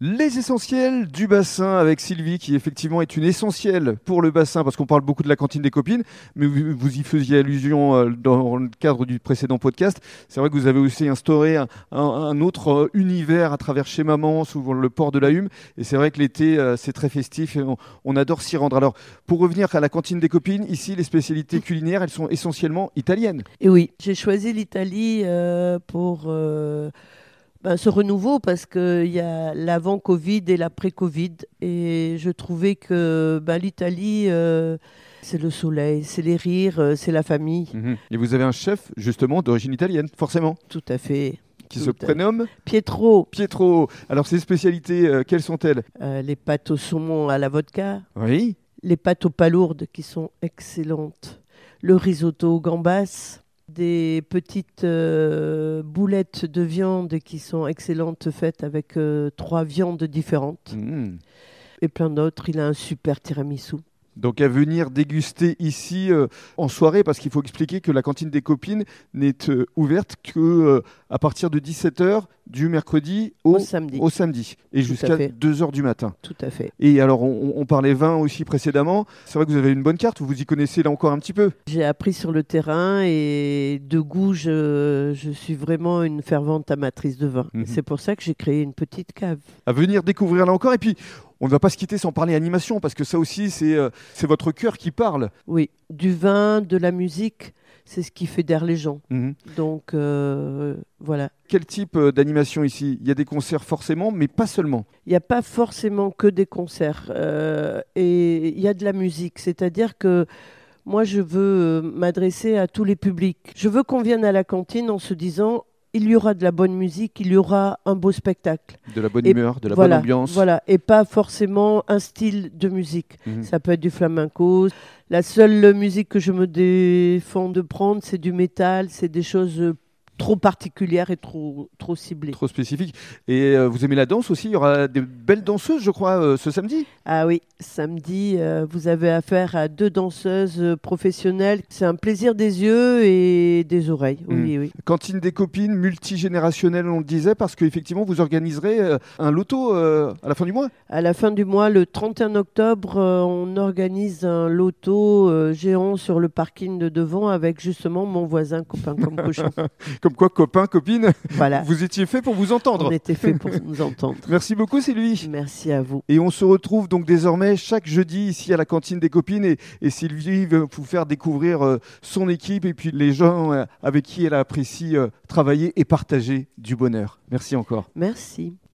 Les essentiels du bassin avec Sylvie, qui effectivement est une essentielle pour le bassin, parce qu'on parle beaucoup de la cantine des copines, mais vous vous y faisiez allusion euh, dans le cadre du précédent podcast. C'est vrai que vous avez aussi instauré un, un- un autre euh, univers à travers chez maman, souvent le port de la Hume, et c'est vrai que l'été, euh, c'est très festif, et on, on adore s'y rendre. Alors, pour revenir à la cantine des copines, ici, les spécialités culinaires, elles sont essentiellement italiennes. Et oui, j'ai choisi l'Italie euh, pour euh, ben, ce renouveau parce qu'il y a l'avant-Covid et l'après-Covid. Et je trouvais que ben, l'Italie, euh, c'est le soleil, c'est les rires, euh, c'est la famille. Mhm. Et vous avez un chef, justement, d'origine italienne, forcément, Tout à fait. qui Tout se à fait. prénomme Pietro, Pietro. Alors, ces spécialités, euh, quelles sont-elles euh, les pâtes au saumon à la vodka, Oui. les pâtes aux palourdes qui sont excellentes, le risotto aux gambas, des petites euh, boulettes de viande qui sont excellentes faites avec euh, trois viandes différentes Hmm. et plein d'autres. Il a un super tiramisu. Donc à venir déguster ici euh, en soirée, parce qu'il faut expliquer que la cantine des copines n'est euh, ouverte que euh, à partir de 17h du mercredi au, Au samedi, au samedi, et Tout à jusqu'à fait. 2h du matin. tout à fait. Et alors on, on- on parlait vin aussi précédemment, c'est vrai que vous avez une bonne carte, vous vous y connaissez là encore un petit peu. J'ai appris sur le terrain et de goût, je, je suis vraiment une fervente amatrice de vin. Mhm. C'est pour ça que j'ai créé une petite cave. À venir découvrir là encore, et puis on ne va pas se quitter sans parler animation, parce que ça aussi c'est euh, c'est votre cœur qui parle. Oui, du vin, de la musique, c'est ce qui fédère les gens. Donc euh, voilà. Quel type euh, d'animation ici Il y a des concerts forcément, mais pas seulement. Il n'y a pas forcément que des concerts euh, et il y a de la musique. C'est-à-dire que moi, je veux euh, m'adresser à tous les publics. Je veux qu'on vienne à la cantine en se disant il y aura de la bonne musique, il y aura un beau spectacle. De la bonne Et humeur, de la voilà, bonne ambiance. Voilà, et pas forcément un style de musique. Mhm. Ça peut être du flamenco. La seule musique que je me défends de prendre, c'est du métal, c'est des choses euh, trop particulières et trop, trop ciblées. Trop spécifique. Et euh, vous aimez la danse aussi Il y aura des belles danseuses, je crois, euh, ce samedi. Ah oui, samedi, euh, vous avez affaire à deux danseuses euh, professionnelles. C'est un plaisir des yeux et des oreilles. Oui, oui. Cantine des copines, multigénérationnelle, on le disait, parce qu'effectivement, vous organiserez euh, un loto euh, à la fin du mois. À la fin du mois, le 31 octobre, euh, on organise un loto euh, géant sur le parking de devant avec justement mon voisin, copain comme cochon. Comme quoi, copains, copines, Voilà, vous étiez fait pour vous on entendre. était fait pour nous entendre. Merci beaucoup, Sylvie. Merci à vous. Et on se retrouve donc désormais chaque jeudi ici à la cantine des copines. Et, et Sylvie veut vous faire découvrir euh, son équipe et puis les gens euh, avec qui elle apprécie euh, travailler et partager du bonheur. Merci encore. Merci.